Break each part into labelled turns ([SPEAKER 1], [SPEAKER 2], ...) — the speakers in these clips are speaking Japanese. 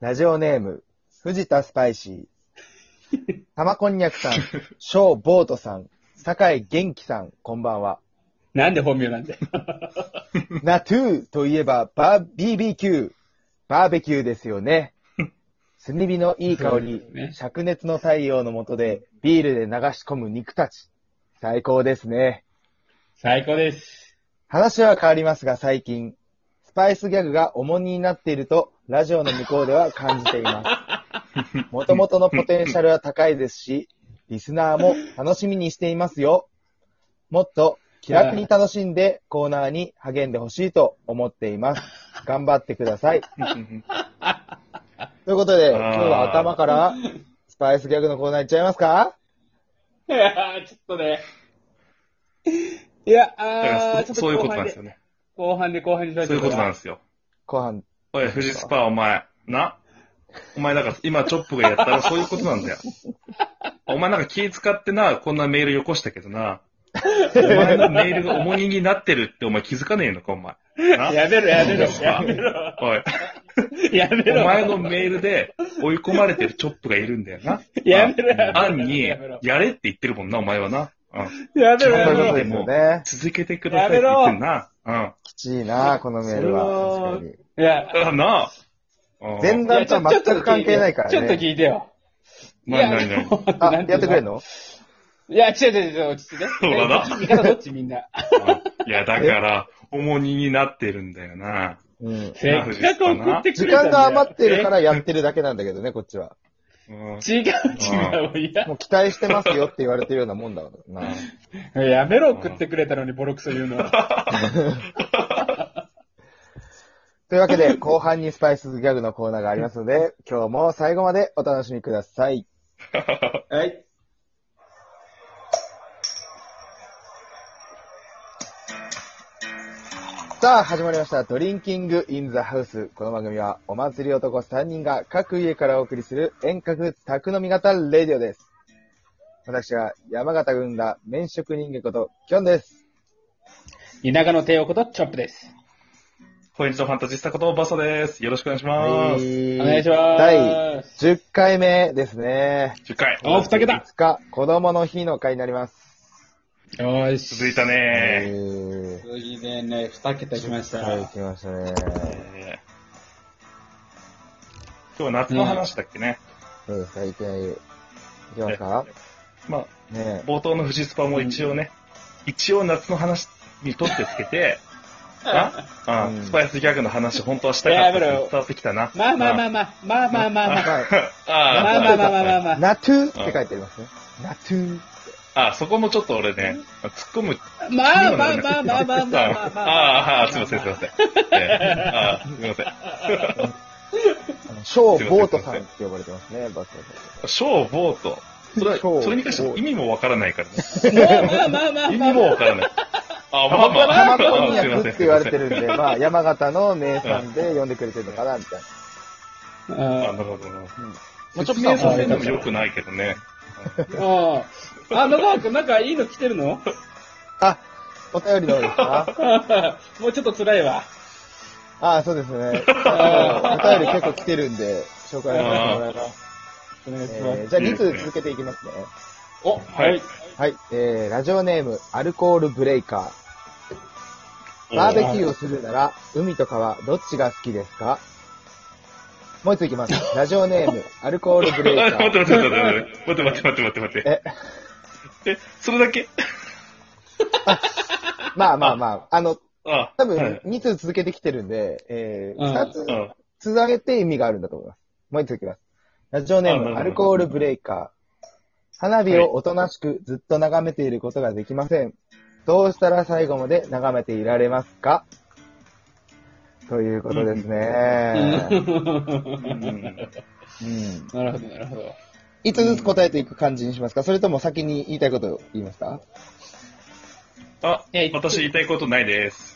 [SPEAKER 1] ラジオネーム、藤田スパイシー。玉こんにゃく さん、小ボートさん、酒井元気さん、こんばん は。
[SPEAKER 2] なんで本名 なんだよ。
[SPEAKER 1] ナトゥーといえば、バー、BBQ、バーベキューですよね。 炭火のいい香
[SPEAKER 2] そう
[SPEAKER 1] り
[SPEAKER 2] です、ね
[SPEAKER 1] 灼熱の太陽の下で、ビールで流し込む肉たち。最高ですね。
[SPEAKER 2] 最高です。
[SPEAKER 1] 話は変わりますが、最近、スパイスギャグが重荷になっていると、ラジオの向こうでは感じてい ます。もともとのポテンシャルは高いですし、リスナーも楽しみにしていますよ。もっと気楽に楽しんでコーナーに励んでほしいと思っています。頑張ってくだ さい。ということで、今日は頭からスパイスギャグのコーナーいっちゃいますか
[SPEAKER 2] いやー、ちょっとね。いや、
[SPEAKER 3] だか
[SPEAKER 2] あー、
[SPEAKER 3] ら
[SPEAKER 2] ちょ
[SPEAKER 3] そ、
[SPEAKER 2] っと
[SPEAKER 3] そういうことなん
[SPEAKER 2] で
[SPEAKER 3] ですすよね。
[SPEAKER 2] 後半で後半でしまし
[SPEAKER 3] そう
[SPEAKER 2] ょ
[SPEAKER 3] いうことなん
[SPEAKER 2] う
[SPEAKER 3] ですよ。
[SPEAKER 1] 後半。
[SPEAKER 3] おい、富士スパお前、なお前だから今チョップがやったらそういうことなんだよ。お前なんか気使ってな、こんなメールよこしたけどな。お前のメールが重荷になってるってお前気づかねえのか、お前。な
[SPEAKER 2] やめろ、やめろ、
[SPEAKER 3] そう
[SPEAKER 2] やめろ。
[SPEAKER 3] おい、
[SPEAKER 2] やめろ。
[SPEAKER 3] お前のメールで追い込まれてるチョップがいるんだよな。
[SPEAKER 2] やめろ、やめろ。
[SPEAKER 3] 案に、
[SPEAKER 2] や
[SPEAKER 3] や
[SPEAKER 2] めろ、
[SPEAKER 3] れって言ってるもんな、お前はな。うん、
[SPEAKER 2] やめ
[SPEAKER 1] そう
[SPEAKER 2] ろ。や
[SPEAKER 1] い
[SPEAKER 2] め
[SPEAKER 1] うこと
[SPEAKER 2] ろ
[SPEAKER 1] ですよね。
[SPEAKER 3] 続けてくださいって言ってんな。うん。
[SPEAKER 1] きちいな、このメールは。確かに。
[SPEAKER 2] いや、
[SPEAKER 3] あなあ。
[SPEAKER 1] 前段とは全く関係ないから
[SPEAKER 2] ちょっと
[SPEAKER 1] ね。
[SPEAKER 2] 聞いてよ。
[SPEAKER 3] なになになに
[SPEAKER 1] あ、やってくれん
[SPEAKER 2] の
[SPEAKER 1] の
[SPEAKER 2] いや、違う違う違う、落ち着いて。
[SPEAKER 3] そうだな
[SPEAKER 2] 見方どっちみんな。
[SPEAKER 3] いや、だから、重荷になってるんだよな。
[SPEAKER 1] うん。
[SPEAKER 2] せっかく送ってく
[SPEAKER 1] 時
[SPEAKER 2] れた
[SPEAKER 1] 間
[SPEAKER 2] んだよ
[SPEAKER 1] が余ってるからやってるだけなんだけどね、こっちは。
[SPEAKER 3] うん
[SPEAKER 2] 違う違う。いや、
[SPEAKER 1] もう期待してますよって言われてるようなもんだろうな。
[SPEAKER 2] やめろ、送ってくれたのにボロクソ言うの。
[SPEAKER 1] というわけで、 後半にスパイスギャグのコーナーがありますの で、今日も最後までお楽しみください。
[SPEAKER 2] はい。
[SPEAKER 1] さあ、始まりました。ドリンキングインザハウス。この番組は、お祭り男3人が各家からお送りする遠隔宅飲み型レディオです。私は、山形軍団、麺職人間こと、キョンです。
[SPEAKER 2] 田舎の帝王ことチョップです。
[SPEAKER 3] 本日のファンタジスタことバサです。よろしくお願いし
[SPEAKER 1] は
[SPEAKER 3] ま
[SPEAKER 1] い
[SPEAKER 3] す。
[SPEAKER 2] お願いします。
[SPEAKER 1] 第10回目ですね。
[SPEAKER 3] 10回。
[SPEAKER 2] お、ふたけた
[SPEAKER 1] 5日、子供の日の回になります。
[SPEAKER 2] よーし。
[SPEAKER 3] 続いた
[SPEAKER 1] え
[SPEAKER 3] ね
[SPEAKER 1] ー
[SPEAKER 2] 続いてね、二桁来ました。
[SPEAKER 1] はい、来ましたね。
[SPEAKER 3] えー今日は夏の話だっけね。
[SPEAKER 1] どうですかいきなり。いきますか
[SPEAKER 3] まあ
[SPEAKER 1] ね、
[SPEAKER 3] 冒頭の富士スパも一応ね、一応夏の話に取ってつけて、ああ
[SPEAKER 1] うん
[SPEAKER 3] スパイスギャグの話本当はしたかったけど
[SPEAKER 2] やめろよ
[SPEAKER 3] 伝わってきてきたな。
[SPEAKER 2] まあまあまあまあ、まあまあまあまあ。
[SPEAKER 1] は
[SPEAKER 3] あ。ああ、
[SPEAKER 2] まあまあまあまあまあ
[SPEAKER 1] い。ナトゥって書いてありますね。ナトゥ
[SPEAKER 3] ああ、そこもちょっと俺ね、突っ込む
[SPEAKER 2] まあまあまあまあまあまあまあまあ。
[SPEAKER 3] ああ、すいません、すい ません。えーああ、すいません。
[SPEAKER 1] あの小ボートさんって呼ばれてますね、バスケ
[SPEAKER 3] 小ボート。それは、
[SPEAKER 1] 小
[SPEAKER 3] それに関しても意味もわからないからね。
[SPEAKER 2] まあまあまあまあ
[SPEAKER 3] 意
[SPEAKER 2] まあ
[SPEAKER 3] 味も わからない。あ、まあまあま
[SPEAKER 1] 玉
[SPEAKER 3] あまあ
[SPEAKER 1] こん
[SPEAKER 3] ま
[SPEAKER 1] に
[SPEAKER 3] あ、すい
[SPEAKER 1] ゃく
[SPEAKER 3] ません。
[SPEAKER 1] って言われて
[SPEAKER 3] すい
[SPEAKER 1] るんで、まあ、山形の名産で呼んでくれてるのかな、みたいな。
[SPEAKER 3] ません。あ、
[SPEAKER 2] あ
[SPEAKER 3] なるほどなるほ
[SPEAKER 1] うん
[SPEAKER 3] ど。説明させても良くないけどね。
[SPEAKER 2] ああ。あ、野川くんなんかいいの来てるの
[SPEAKER 1] あ、お便りどうですか
[SPEAKER 2] もうちょっと辛いわ。
[SPEAKER 1] ああ、そうですね。あのお便り結構来てるんで、紹介させてもらいます。
[SPEAKER 2] お願いしま
[SPEAKER 1] えー
[SPEAKER 2] す。
[SPEAKER 1] じゃあ2通続けていきますね。
[SPEAKER 2] お、はい。
[SPEAKER 1] はい、えー、ラジオネーム、アルコールブレイカー。バーベキューをするなら、海と川、どっちが好きですかもう一ついきます。 ラジオネーム、アルコールブレイカ
[SPEAKER 3] あ 待って
[SPEAKER 1] ー。
[SPEAKER 3] 待って待って待って待って待って待って待って待って。
[SPEAKER 1] え、
[SPEAKER 3] え、それだけ
[SPEAKER 1] まあまあまあ、あの、
[SPEAKER 3] あ、
[SPEAKER 1] 多分
[SPEAKER 3] は、
[SPEAKER 1] 2通続けてきてるんで、えー、
[SPEAKER 2] うん
[SPEAKER 1] 2つ
[SPEAKER 3] い
[SPEAKER 1] つなげて意味があるんだと思います。もう一ついきます。ラジオネー
[SPEAKER 3] あなるほ
[SPEAKER 1] ム、
[SPEAKER 3] ど
[SPEAKER 1] アルコールブレイカー。花火をおとなしくずっと眺めていることができません。どうしたら最後まで眺めていられますかということですね。
[SPEAKER 3] うんうん
[SPEAKER 1] うん。
[SPEAKER 2] なるほど、なるほど。
[SPEAKER 1] いつずつ答えていく感じにしますかそれとも先に言いたいことを言いますか
[SPEAKER 3] あ
[SPEAKER 2] いや、
[SPEAKER 3] 私言いたいことないです。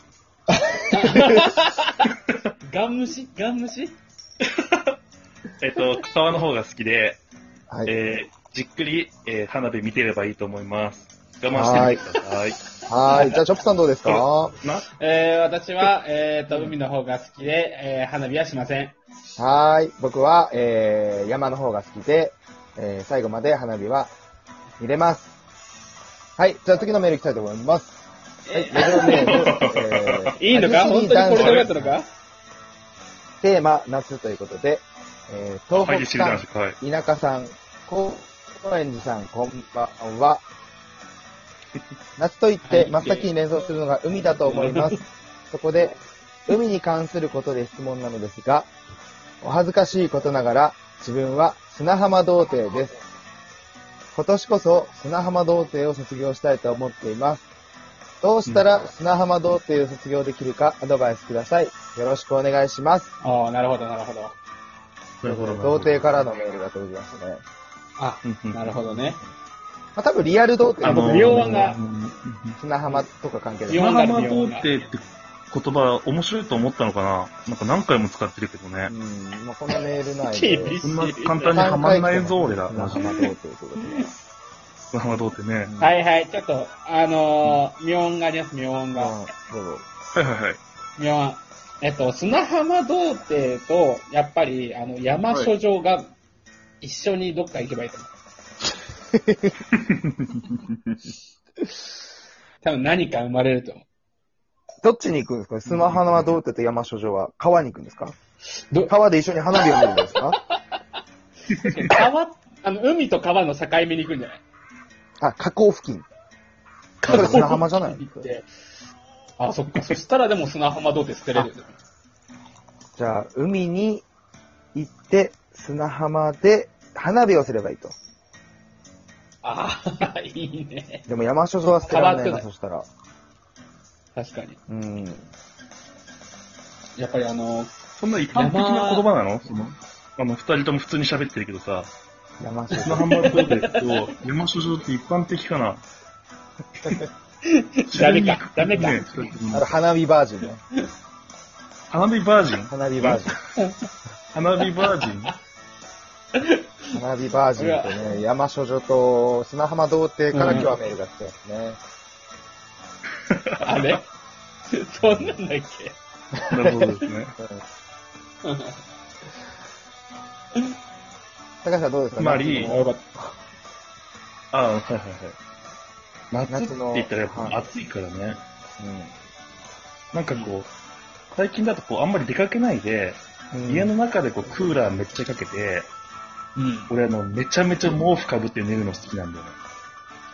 [SPEAKER 2] ガン虫ガン虫
[SPEAKER 3] えっと、川の方が好きで、
[SPEAKER 1] はい。
[SPEAKER 3] えーじっくり、えー花火見てればいいと思います。我慢してみてください。
[SPEAKER 1] はい。じゃあ、チョップさんどうですか
[SPEAKER 3] な
[SPEAKER 2] えー、私は、えーと、海の方が好きで、えー、花火はしません。
[SPEAKER 1] はい。僕は、えー、山の方が好きで、えー、最後まで花火は見れます。はい。じゃあ次のメールいきたいと思います。はい。ラジオネーム、えー
[SPEAKER 2] いいのか
[SPEAKER 1] 激し
[SPEAKER 2] 本当にこれでよかった
[SPEAKER 1] 男
[SPEAKER 2] のか
[SPEAKER 1] 子テーマ、夏ということで、えー、
[SPEAKER 3] はい、
[SPEAKER 1] 東
[SPEAKER 3] 知
[SPEAKER 1] 北
[SPEAKER 3] り
[SPEAKER 1] さ
[SPEAKER 3] 男
[SPEAKER 1] ん
[SPEAKER 3] 子、、は
[SPEAKER 1] 田
[SPEAKER 3] い。
[SPEAKER 1] 舎さん、高円寺さん、こんばんは。夏と言って真っ先に連想するのが海だと思い ます。そこで、海に関することで質問なのですが、お恥ずかしいことながら、自分は砂浜童貞です。今年こそ砂浜童貞を卒業したいと思っています。どうしたら砂浜童貞を卒業できるかアドバイスください。よろしくお願いします。
[SPEAKER 2] ああ、なるほど、なるほど。
[SPEAKER 1] 童貞からのメールが届きましたね。
[SPEAKER 2] あ、なるほどね。
[SPEAKER 1] まあ、多分リアル童貞
[SPEAKER 3] あの
[SPEAKER 2] 僕両腕が
[SPEAKER 1] 砂浜とか関係ない。
[SPEAKER 2] 両
[SPEAKER 3] 砂
[SPEAKER 2] 腕
[SPEAKER 3] 浜童貞って言葉面白いと思ったのかななんか何回も使ってるけどね
[SPEAKER 1] う。ん、まあ、このメール 内
[SPEAKER 2] 厳
[SPEAKER 1] で
[SPEAKER 2] し。。
[SPEAKER 3] そんない簡単にはまんないぞ、俺ら。
[SPEAKER 1] 砂浜童貞ということで。
[SPEAKER 3] 砂浜童貞ね。
[SPEAKER 2] はいはい、ちょっと、あのー、妙音があります、妙音が。
[SPEAKER 1] まあ、どうぞ。
[SPEAKER 3] はいはいはい。
[SPEAKER 2] 妙音。えっと、砂浜童貞と、やっぱり、あの、山所城が、一緒にどっか行けばいいと思う。 多分何か生まれると 思う。
[SPEAKER 1] どっちに行くんですか砂浜童貞と山所城は川に行くんですか
[SPEAKER 2] ど
[SPEAKER 1] 川で一緒に花火を見るんです か
[SPEAKER 2] 川、あの、海と川の境目に行くんじゃない
[SPEAKER 1] あ、河口付近。だから砂浜じゃない
[SPEAKER 2] 行ってあ、そっか。そしたらでも砂浜童貞捨てれるよね。
[SPEAKER 1] じゃあ、海に行って、砂浜で花火をすればいいと。
[SPEAKER 2] ああ、いいね。
[SPEAKER 1] でも山所城は捨てられない
[SPEAKER 2] 川っ
[SPEAKER 1] な、
[SPEAKER 2] て
[SPEAKER 1] そしたら。
[SPEAKER 2] 確かに。
[SPEAKER 1] うん。
[SPEAKER 2] やっぱりあの、
[SPEAKER 3] そんな一般的な言葉なのそのあの、二人とも普通に喋ってるけどさ、
[SPEAKER 1] 山所
[SPEAKER 3] 砂
[SPEAKER 1] 城。
[SPEAKER 3] 浜童貞と山所城って一般的かな
[SPEAKER 2] ダメかダメか
[SPEAKER 3] ねそうやってうん
[SPEAKER 1] あと、花火バージンね。
[SPEAKER 3] 花火バージン
[SPEAKER 1] 花火バージン。
[SPEAKER 3] 花火バージ ン
[SPEAKER 1] 花火バージンとね、山所女と砂浜童貞から今日はメールが来てますね。
[SPEAKER 2] あれ そんなんだっけ
[SPEAKER 3] なるほどですね。
[SPEAKER 1] うん高橋さんどうですか
[SPEAKER 3] マリー
[SPEAKER 1] 夏
[SPEAKER 2] あ
[SPEAKER 1] の
[SPEAKER 2] よかっ
[SPEAKER 3] ああ、はいはいはい。夏っ
[SPEAKER 1] 夏
[SPEAKER 3] て
[SPEAKER 1] の
[SPEAKER 3] 言ったらやっ
[SPEAKER 1] はい
[SPEAKER 3] ぱ暑いからね。なんかこう、最近だとこうあんまり出かけないで、
[SPEAKER 1] うん
[SPEAKER 3] 家の中でこうクーラーめっちゃかけて、
[SPEAKER 2] た。うん。
[SPEAKER 3] 俺あの、めちゃめちゃ毛布かぶって寝るの好きなんだよね。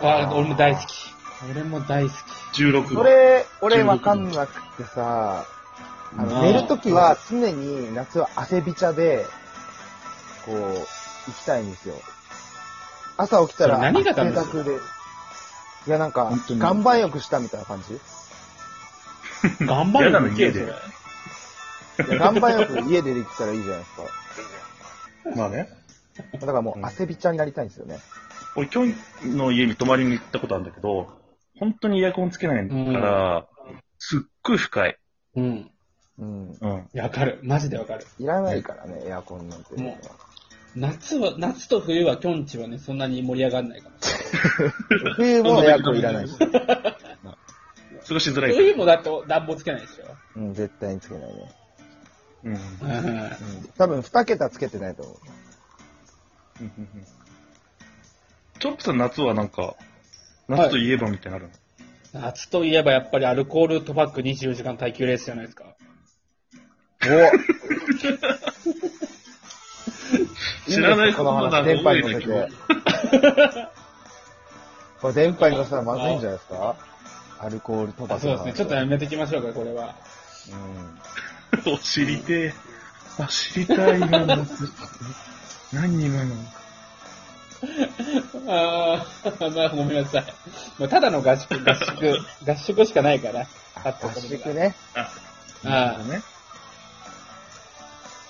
[SPEAKER 2] あ俺も大好き。俺も大好き。
[SPEAKER 3] 16
[SPEAKER 1] そ
[SPEAKER 3] 度。
[SPEAKER 1] れ、俺わかんなくてさ、あの
[SPEAKER 2] うん
[SPEAKER 1] 寝るときは常に夏は汗びちゃで、こう、行きたいんですよ。朝起きたら
[SPEAKER 2] それ何がダメ
[SPEAKER 1] 汗
[SPEAKER 2] なの
[SPEAKER 1] だくで。いやなんか
[SPEAKER 3] 本当、に
[SPEAKER 1] 岩盤浴したみたいな感じ
[SPEAKER 2] 頑張る
[SPEAKER 3] 嫌なの
[SPEAKER 2] け
[SPEAKER 3] 家
[SPEAKER 2] ど
[SPEAKER 3] で。
[SPEAKER 1] いや岩盤浴家でできたらいいじゃないですか。
[SPEAKER 3] まあね。
[SPEAKER 1] だからもう汗びちゃになりたいんですよね。
[SPEAKER 3] 俺、きょんの家に泊まりに行ったことあるんだけど、本当にエアコンつけないから、すっごい不快。
[SPEAKER 2] うん。
[SPEAKER 1] うん。
[SPEAKER 3] うん。
[SPEAKER 2] わかる。マジでわかる。
[SPEAKER 1] いらないからね、エアコンなんていうのは。
[SPEAKER 2] 夏は、夏と冬はきょんちはね、そんなに盛り上がんないから。
[SPEAKER 1] 冬もエアコンいら ないし。
[SPEAKER 3] 過ごしづらいから。
[SPEAKER 2] 冬もだって暖房つけないでしょ。
[SPEAKER 1] うん、絶対につけないね。
[SPEAKER 3] うん。
[SPEAKER 2] うん。
[SPEAKER 1] うん。多分2桁つけてないと思う。
[SPEAKER 3] チョップさん、夏はなんか、夏といえばみたいなのあるの、
[SPEAKER 2] 夏といえばやっぱりアルコールとパック24時間耐久レースじゃないですか。
[SPEAKER 1] お
[SPEAKER 3] 知らない
[SPEAKER 1] この
[SPEAKER 3] ことな
[SPEAKER 1] 話、
[SPEAKER 3] ん
[SPEAKER 1] 電波に乗
[SPEAKER 3] だ
[SPEAKER 1] せ
[SPEAKER 3] けど
[SPEAKER 1] て。これ電波に乗せたらまずいんじゃないですかアルコールと
[SPEAKER 2] あ
[SPEAKER 1] か
[SPEAKER 2] そうですね。ちょっとやめてきましょうか、これは。
[SPEAKER 1] うん。
[SPEAKER 3] お知りてえ。あ、知りたいな、夏。 何今の。
[SPEAKER 2] ああ、 まあごめんなさい。まあ、ただの合宿、合 宿、合宿しかないから。
[SPEAKER 1] 合宿ね。
[SPEAKER 2] あ
[SPEAKER 3] ね。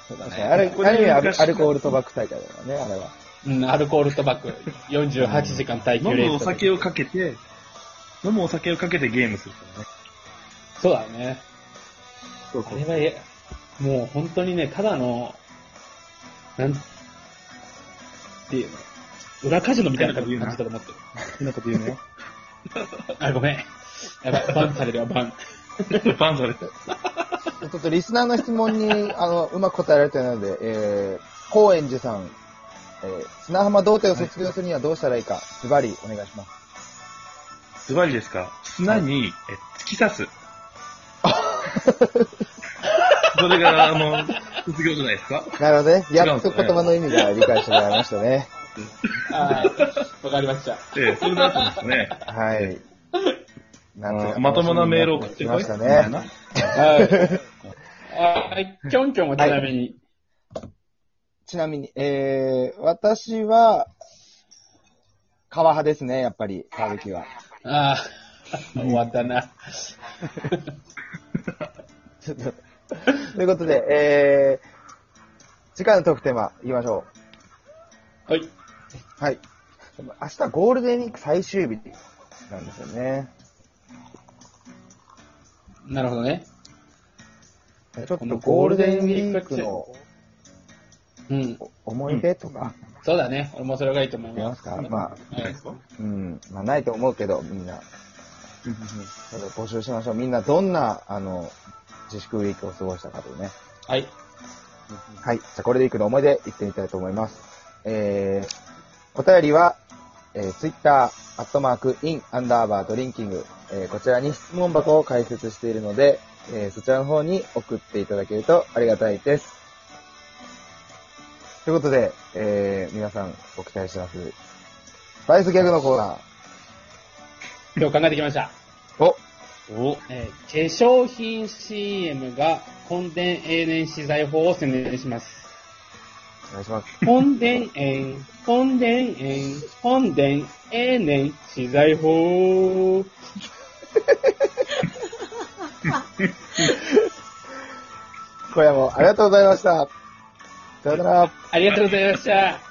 [SPEAKER 1] そうだね。あれ、ある意味アルコール賭博大会だからね、あれは。
[SPEAKER 2] うん、アルコールとバック48時間耐久
[SPEAKER 3] 飲
[SPEAKER 2] レース。
[SPEAKER 3] むお酒をかけて、飲むお酒をかけてゲームするからね。
[SPEAKER 2] そうだね。
[SPEAKER 1] そう
[SPEAKER 2] あれはえ、もう本当にね、ただの、なん、っていうの、裏カジノみたいな感じだと思ってる。
[SPEAKER 3] 変なこと言うのよ。
[SPEAKER 2] あ、ごめん。やばい、バンされるわ、 バン。
[SPEAKER 3] バンされて。
[SPEAKER 1] ちょっとリスナーの質問に、 あの、うまく答えられてないので、えー、高円寺さん、えー、砂浜童貞を卒業するにはどうしたらいいか、ズバリお願いします。
[SPEAKER 3] ズバリですか砂に、え突き刺す。 それが、あの、卒業じゃないですか
[SPEAKER 1] なるほどね。
[SPEAKER 3] 違う
[SPEAKER 1] や
[SPEAKER 3] ん
[SPEAKER 1] っ
[SPEAKER 3] です
[SPEAKER 1] と
[SPEAKER 3] ね
[SPEAKER 1] 言葉の意味が理解してもらいました ね。
[SPEAKER 2] はい。わかりました。
[SPEAKER 3] ええ、それだったんですね。
[SPEAKER 1] はい。夏が
[SPEAKER 3] まともなメールを送って
[SPEAKER 1] き
[SPEAKER 3] こい
[SPEAKER 1] ましたね。
[SPEAKER 2] はい。はい。キョンキョンはちなみに。
[SPEAKER 1] ちなみに、えー、私は、川派ですね、やっぱり、バーベキューは。
[SPEAKER 2] ああ、 終わったな。
[SPEAKER 1] ちょっと。ということで、えー、次回のトークテーマ、いきましょ
[SPEAKER 2] はい。
[SPEAKER 1] う。はい。明日ゴールデンウィーク最終日なんですよね。
[SPEAKER 2] なるほどね。
[SPEAKER 1] ちょっとゴールデンウィークの
[SPEAKER 2] うん。
[SPEAKER 1] 思い出とか、
[SPEAKER 2] そうだね。俺もそれがいいと思い
[SPEAKER 1] ありま
[SPEAKER 2] ますす。
[SPEAKER 1] かまあ、
[SPEAKER 2] はい
[SPEAKER 1] うん、まあないと思うけど、みんな。それを募集しましょう。みんなどんな、あの、自粛ウィークを過ごしたかというね。
[SPEAKER 2] はい。
[SPEAKER 1] はい。じゃあ、これでいくの思い出いってみたいと思います。えー、お便りは、えー、Twitter、アットマーク、in、アンダーバー、ドリンキング、えー、こちらに質問箱を開設しているので、えー、そちらの方に送っていただけるとありがたいです。ということで、えー、皆さんご期待してます。スパイスギャグのコーナ
[SPEAKER 2] 今日考えてきました。
[SPEAKER 1] ー。お
[SPEAKER 3] お、
[SPEAKER 2] えー化粧品 CM が根伝永年資材法を宣伝します。
[SPEAKER 1] お願いします。
[SPEAKER 2] 本殿園、本殿園、本殿永年資材法。
[SPEAKER 1] 今夜もありがとうございました。さよなら。
[SPEAKER 2] ありがとうございました。